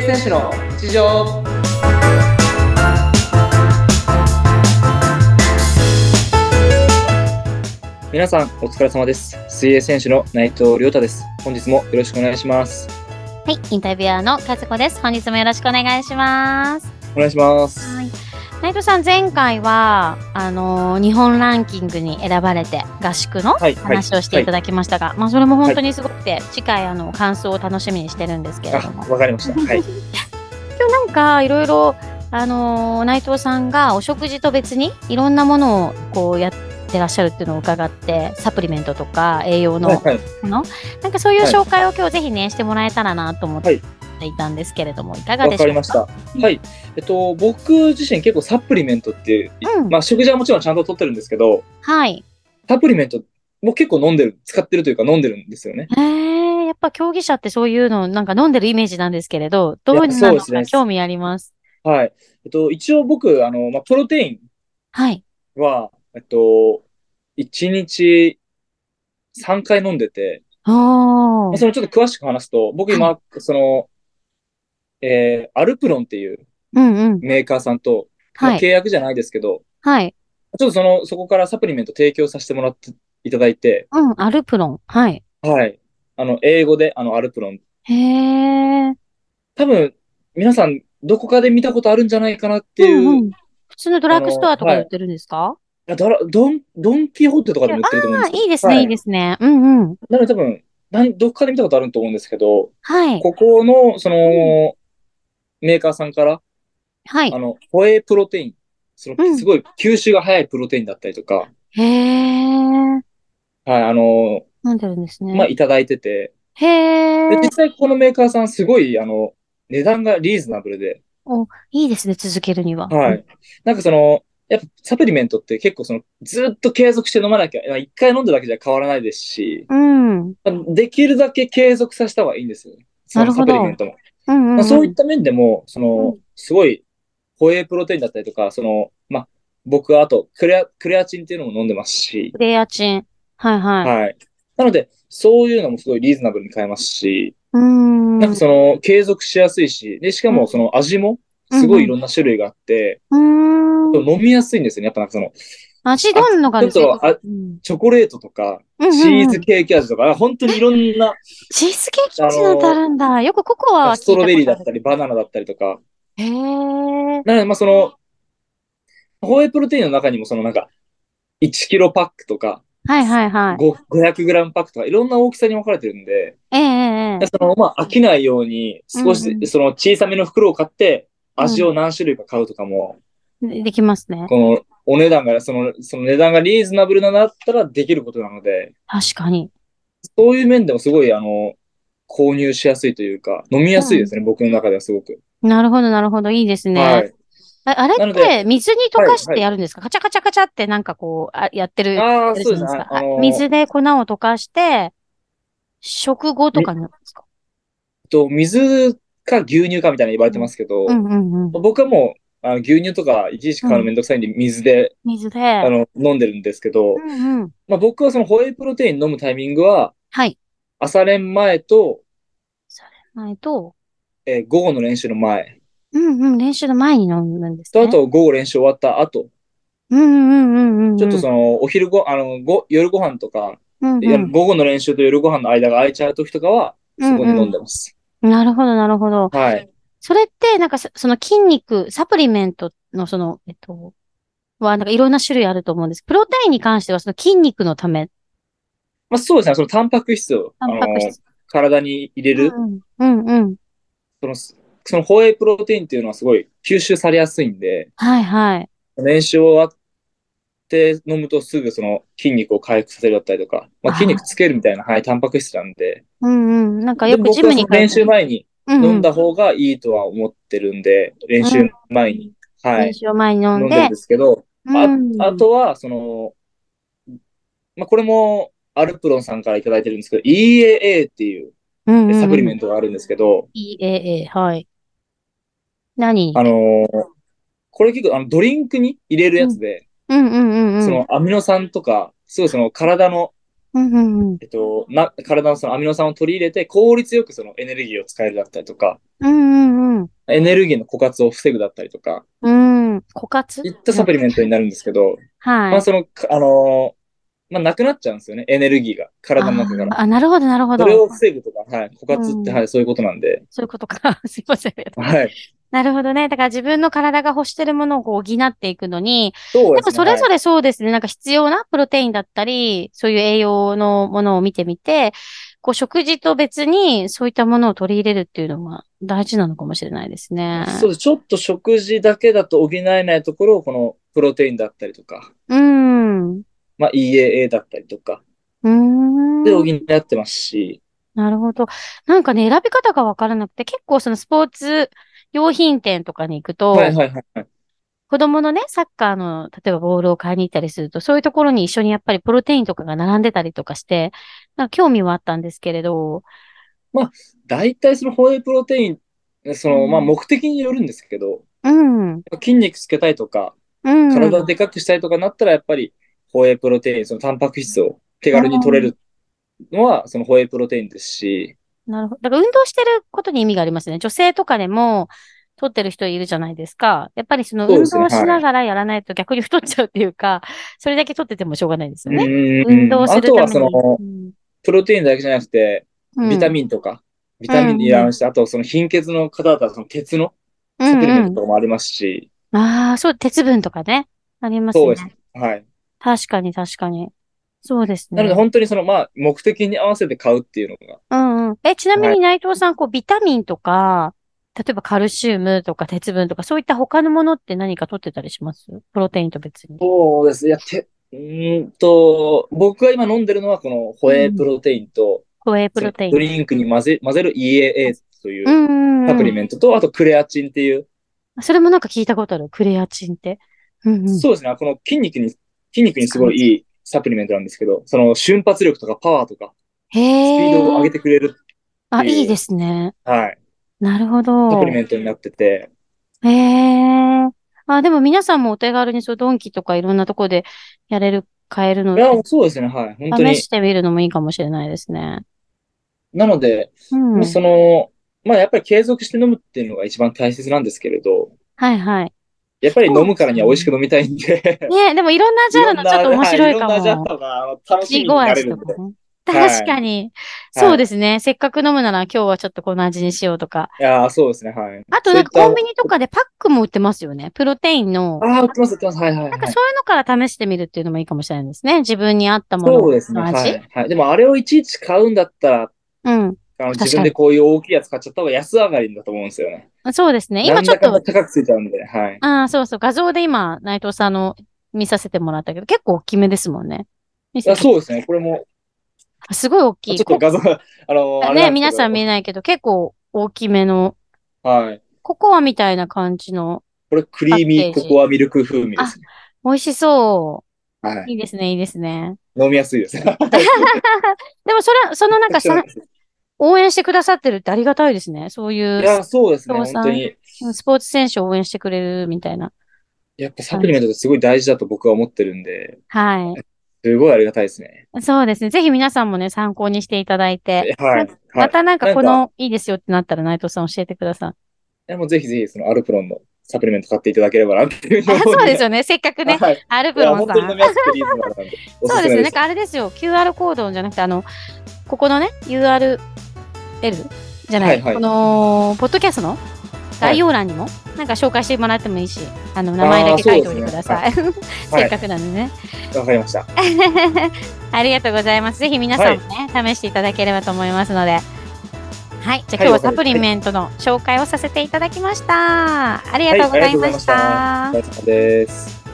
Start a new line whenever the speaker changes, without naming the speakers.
選手の日常
皆さんお疲れ様です水泳選手の内藤亮太です本日もよろしくお願いします
はい、インタビュアーの和子です。本日もよろしくお願いします。
お願いします
はい。内藤さん、前回は、あのー日本ランキングに選ばれて、合宿の
はいはい
話をしていただきましたが、まあ、それも本当にすごくて、次回、あの、感想を楽しみにしてるんですけれども
あ、、わかりま したはい
今日なんか、いろいろ、あのー内藤さんがお食事と別に、いろんなものを、こう、やってらっしゃるっていうのを伺って、サプリメントとか、栄養の、
はい
のなんかそういう
はい
紹介を今日ぜひね、してもらえたらなと思っ
は
て
い
いたんですけれども、いかが
わ
でし
か
ょ
り
うか
ましたはいえっと僕自身結構サプリメントっていう、
うん
まあ食事はもちろんちゃんと取ってるんですけど
はい。
サプリメントも結構飲んでる使ってるというか飲んでるんですよね
へえ、やっぱ競技者ってそういうのなんか飲んでるイメージなんですけれど、どう
いやそ
な
う
の
ですね
か興味あります。
はいえっと一応僕あのまあプロテイ
はい。
ンはえっと一日3回飲んでて、
お
まあ
ー。
それちょっと詳しく話すと、僕今、その、えーアルプロンっていう
うんうん。
メーカーさんと、ま
は
あ
い。
契約じゃないですけど、
はい。
ちょっとその、そこからサプリメント提供させてもらっていただいて、
うん、アルプロン。はい。
はい。あの、英語で、あの、アルプロン。
へえ。
多分、皆さん、どこかで見たことあるんじゃないかなっていうう、
んうん。普通のドラッグストアとか
あのは
で
い
売ってるんですか
あドラドン、ドンキホーテとかでも売ってると思うん
あ
ですけど、
いいです
は
ね、
い
いいですね。うんうん。
なので多分、なんどっかで見たことあると思うんですけど、
はい。
ここの、その、メーカーさんから、
はい
あ。の、ホエイプロテイン。そ
うん
の、すごい吸収が早いプロテインだったりとか、
へえ。
はい、あの
飲んでるんです
ー、まあ、
ね。
いただいてて、
へえ
で、。実際このメーカーさん、すごい、あの、値段がリーズナブルで、
いいですね、続けるには。
は。い。なんかその、やっぱサプリメントって結構その、ずっと継続して飲まなきゃ、まあ一回飲んだだけじゃ変わらないですし、
うん。うん
まあできるだけ継続させた方がいいんですよね。そ
なる
の
ほ
サ
ど
プリメントも。
うん
ま
う
あ、
ん。
そういった面でも、そうの
ん、
すごい、ホエイプロテインだったりとか、その、まあ、僕はあと、クレア、クレアチンっていうのも飲んでますし、
レアチン。はいはい。
はい。なので、そういうのもすごいリーズナブルに買えますし、
うん。
なんかその、継続しやすいし、で、しか
う
も
ん
その味も、すごいいろんな種類があって、
うん。
飲みやすいんですよね。やっぱなんかその、
味どんのが
あちょっとあ
うん
チョコレートとか、
うんうん
チーズケーキ味とか、本当にいろんな、
チーズケーキ味なんてあるんだ。よくココアは聞い
スト
たこ
ロ
とあ
ベ
る
リーだったり、バナナだったりとか。
へえ。
なので、まあその、ホエイプロテインの中にもそのなんか、1キロパックとか、
はいはいはい。
5 500グラムパックとか、いろんな大きさに分かれてるんで、
ええええええ
その、まあ、飽きないように、少
う
し
んう、ん
その、小さめの袋を買って、
うん
味を何種類か買うとかも、
でできますね。
この、お値段が、その、その値段がリーズナブルなだったらできることなので、
確かに。
そういう面でもすごい、あの、購入しやすいというか、飲みやすいですね、僕の中ではすごく。
なるほどなるほど。いいですね。
はい。
ああ
な
れっ
ので
て水に溶かし
はいは
て
い
やるんですか、カチャカチャカチャってなんかこう、あやってる。や
ああ、
ってる
そうで
じ
すね
ゃな
あ
い。か
の、
あ水で粉を溶かして、食後とかになるんですか
と、水か牛乳かみたいなの言われてますけど、
うんうんうん。
僕はもう、あの牛乳とか、いちいち買うのめんどくさいんで、水で、
水で。
あの、飲んでるんですけど、
うんうん。
まあ、僕はそのホエイプロテイン飲むタイミングは、
はい。
朝練前と、
それ前と、
えー午後の練習の前
うんうん、練習の前に飲むんです
と、
ね。
あと午後練習終わった後、
うんうんうんうんうん。
ちょっとその、お昼ご、あの、ご、夜ご飯とか、
うんうん、
いや午後の練習と夜ご飯の間が空いちゃう時とかは、そこで飲んでます。
なるほど、なるほど。
はい。
それって、なんかそ、その筋肉、サプリメントのその、えっと、は、なんかいろんな種類あると思うんです。プロテインに関しては、その筋肉のため、
まあ、そうですね、そのタンパク質を、
タンパク
あの、
質。
体に入れる、
うん、うん、うん。
その、そのホエイプロテインっていうのはすごい吸収されやすいんで、
はい、はい。
練習終わって飲むとすぐその筋肉を回復させるだったりとか、まあ、
あー
筋肉つけるみたいな、はい、タンパク質なんで、
うん、うん。なんか
で
よく
僕
ジム
はそ
に
の練習
通う
前に
うんうん
飲んだ方がいいとは思ってるんで、練習前に、は
練
い、
習前に飲
飲
ん
んでる
で
んで、すけど、
うん
あ、とは、その、まあ、これも、アルプロンさんからいただいてるんですけど、EAA っていう
うん
サプリメ
ト。
ントがあるんですけど、
EAA、はい。何
あのーこれ結構あのドリンクに入れるやつで、
うん、うん、うん、うん。
そのアミノ酸とか、すごいその体の
うんうんうん
えっと、な体のそのアミノ酸を取り入れて効率よくそのエネルギーを使えるだったりとか、
うんうん
エネルギーの枯渇を防ぐだったりとか、
うん。うん。枯渇
いったサプリメントになるんですけど、
はい。
まあその、かあのーまあなくなっちゃうんですよね、エネルギーが、体の中か
あー
ら。
あ、なるほど、なるほど
そ。れを防ぐとか、はい、枯渇って、
うん
はい、そういうことなんで、
そういうことか。 すいません。
はい。
なるほどね。だから自分の体が欲してるものをこう補っていくのに、
そう
や
で
っ
す
ぱ
ね。
それぞ
はい
れそうですね。なんか必要なプロテインだったり、そういう栄養のものを見てみて、こう食事と別にそういったものを取り入れるっていうのは大事なのかもしれないですね。
そうです。ちょっと食事だけだと補えないところを、このプロテインだったりとか、
うん。う
まあ EAA だったりとか、
ーん。
で補ってますし、
なるほど。なんかね、選び方がわからなくて、結構そのスポーツ用品店とかに行くと、
はいはいはいはい。
子供のね、サッカーの、例えばボールを買いに行ったりすると、そういうところに一緒にやっぱりプロテインとかが並んでたりとかして、なんか興味はあったんですけれど、
大体そのホエイプロテイン、その、
うん
まあ目的によるんですけど、
うん、うん。
筋肉つけたいとか、体をでかくしたいとかなったら、やっぱりホエイプロテイン、そのタンパク質を手軽に取れるのは、そのホエイプロテインですし、
なるほど。だから運動してることに意味がありますね。女性とかでも、取ってる人いるじゃないですか。やっぱりその
そう
運
ですね
動しながらやらないと逆に太っちゃうっていうか、それだけ取っててもしょうがないですよね。運
運
動す
あ
るた
と
めに。
はその、プロテインだけじゃなくて、ビタ
ン、
ミンとか、ビタミンにらんして、あとその貧血の方だったら、その鉄の
うん
サプリメン
う
トとかもありますし、
んああ、そう、鉄分とかね。あります
そう
ね
です。はい。
確かに、確かに。そうですね。
なので本当にその、まあ、目的に合わせて買うっていうのが、
うんうん。え、ちなみ
は
に内藤さん、こう、ビタミンとか、例えばカルシウムとか鉄分とか、そういった他のものって何か取ってたりしますプロテインと別に。
そうですね。いや、て、うーんと、僕が今飲んでるのはこのホエイプロテインと、
ホエイプロテイン。
ドリンクに混ぜ、混ぜる EAA といううん
うんうん
サプリメントと、あとクレアチンっていう、
それもなんか聞いたことある。クレアチンって。うんうん。
そうですね。この筋肉に、筋肉にすごいいいサプリメントなんですけど、その瞬発力とかパワーとか、スピ
へ
ー
え。
ドを上げてくれる、
あ、
っていう
いいですね。
はい、
なるほど。
サプリメントになってて、
へえ。あ、でも皆さんもお手軽にそう、ドンキとかいろんなとこでやれる、買えるの
い
で
や、そうですね。はい。本当
試
に。
してみるのもいいかもしれないですね。
なので、
うん。
その、まあやっぱり継続して飲むっていうのが一番大切なんですけれど、
はいはい。
やっぱり飲むからには美味しく飲みたいんで、
ねでもいろんなジャンルのちょっと面白いか
ろんなジャン
も。
ルがあの楽しみに
ご
な
味
れる
と
んで。
かね。
はい
確かに。
はい
そうですね。せっかく飲むなら今日はちょっとこの味にしようとか。
いやーそうですね。はい。
あとなんか
そういった
コンビニとかでパックも売ってますよね。プロテインの。
ああ、売ってます、売ってます。はいはい、
なんか
はい。
そういうのから試してみるっていうのもいいかもしれないですね。自分に合ったもの
そうですね。
の
は
味。
い。はい、でも、あれをいちいち買うんだったら、
うん。
あの
確かに
自分でこういう大きいやつ買っちゃった方が安上がりだと思うんですよね。
そうですね。今ちょっ
なんだか
と、
んだ高くついちゃうんで、 はい。
ああ、そうそう。画像で今、内藤さんの見させてもらったけど、結構大きめですもんね。見せ
あ
て
そうですね。これも、
あすごい
ち
大
ょ
き
っ
い。
と画像、あのー、あれ
ね、
んで
皆
すけど
さん見えないけど、結構大きめの
はい。
ココアみたいな感じの、
これ、クリーミー
パッケー
コ
ジ
コアミルク風味ですね。
美味しそ
は
う。
い。
いいですね、いいですね。
飲みやすいです。なん
でもそれ、そのなんかさ、
い
応援してくださってるってありがたいですね。そういう、
や、そうですね。
お父
本
さん
当に。
スポーツ選手を応援してくれるみたいな。
やっぱサプリメントってすごい大事だと僕は思ってるんで、
は
すごいありがたいですね。
い。そうですね。ぜひ皆さんもね、参考にしていただいて。
はい。はい。
またなんかこ
なん
の、いいですよってなったら内藤さん教えてください。
いやもうぜひぜひ、そのアルプロンのサプリメント買っていただければなっていうふう
あ
に思
そうです
よ
よね。せっかくね、
はい。
アル
い
プ
や、
ロン
本
さ
当に飲
ん
み。やすくてリーズナブルなんで、おす
そ
す
うです
め
ね。
で
なん
す。
かあれですよ。QR コードじゃなくて、あの、ここのね、URL じゃない、
はいはい
この、ポッドキャストの概要欄にも、なんか紹介してもらってもいいし、あの、名前だけ書いておいてくださ
は
い。
い
せっかくなんでね。
わかりました。
ありがとうございます。ぜひ皆さんもね、試していただければと思いますので。はい。じゃあ今日ははいサプリメントの紹介をさせていただきました。あり
は
がとうございました。
ありがとうございました。お疲れ様です。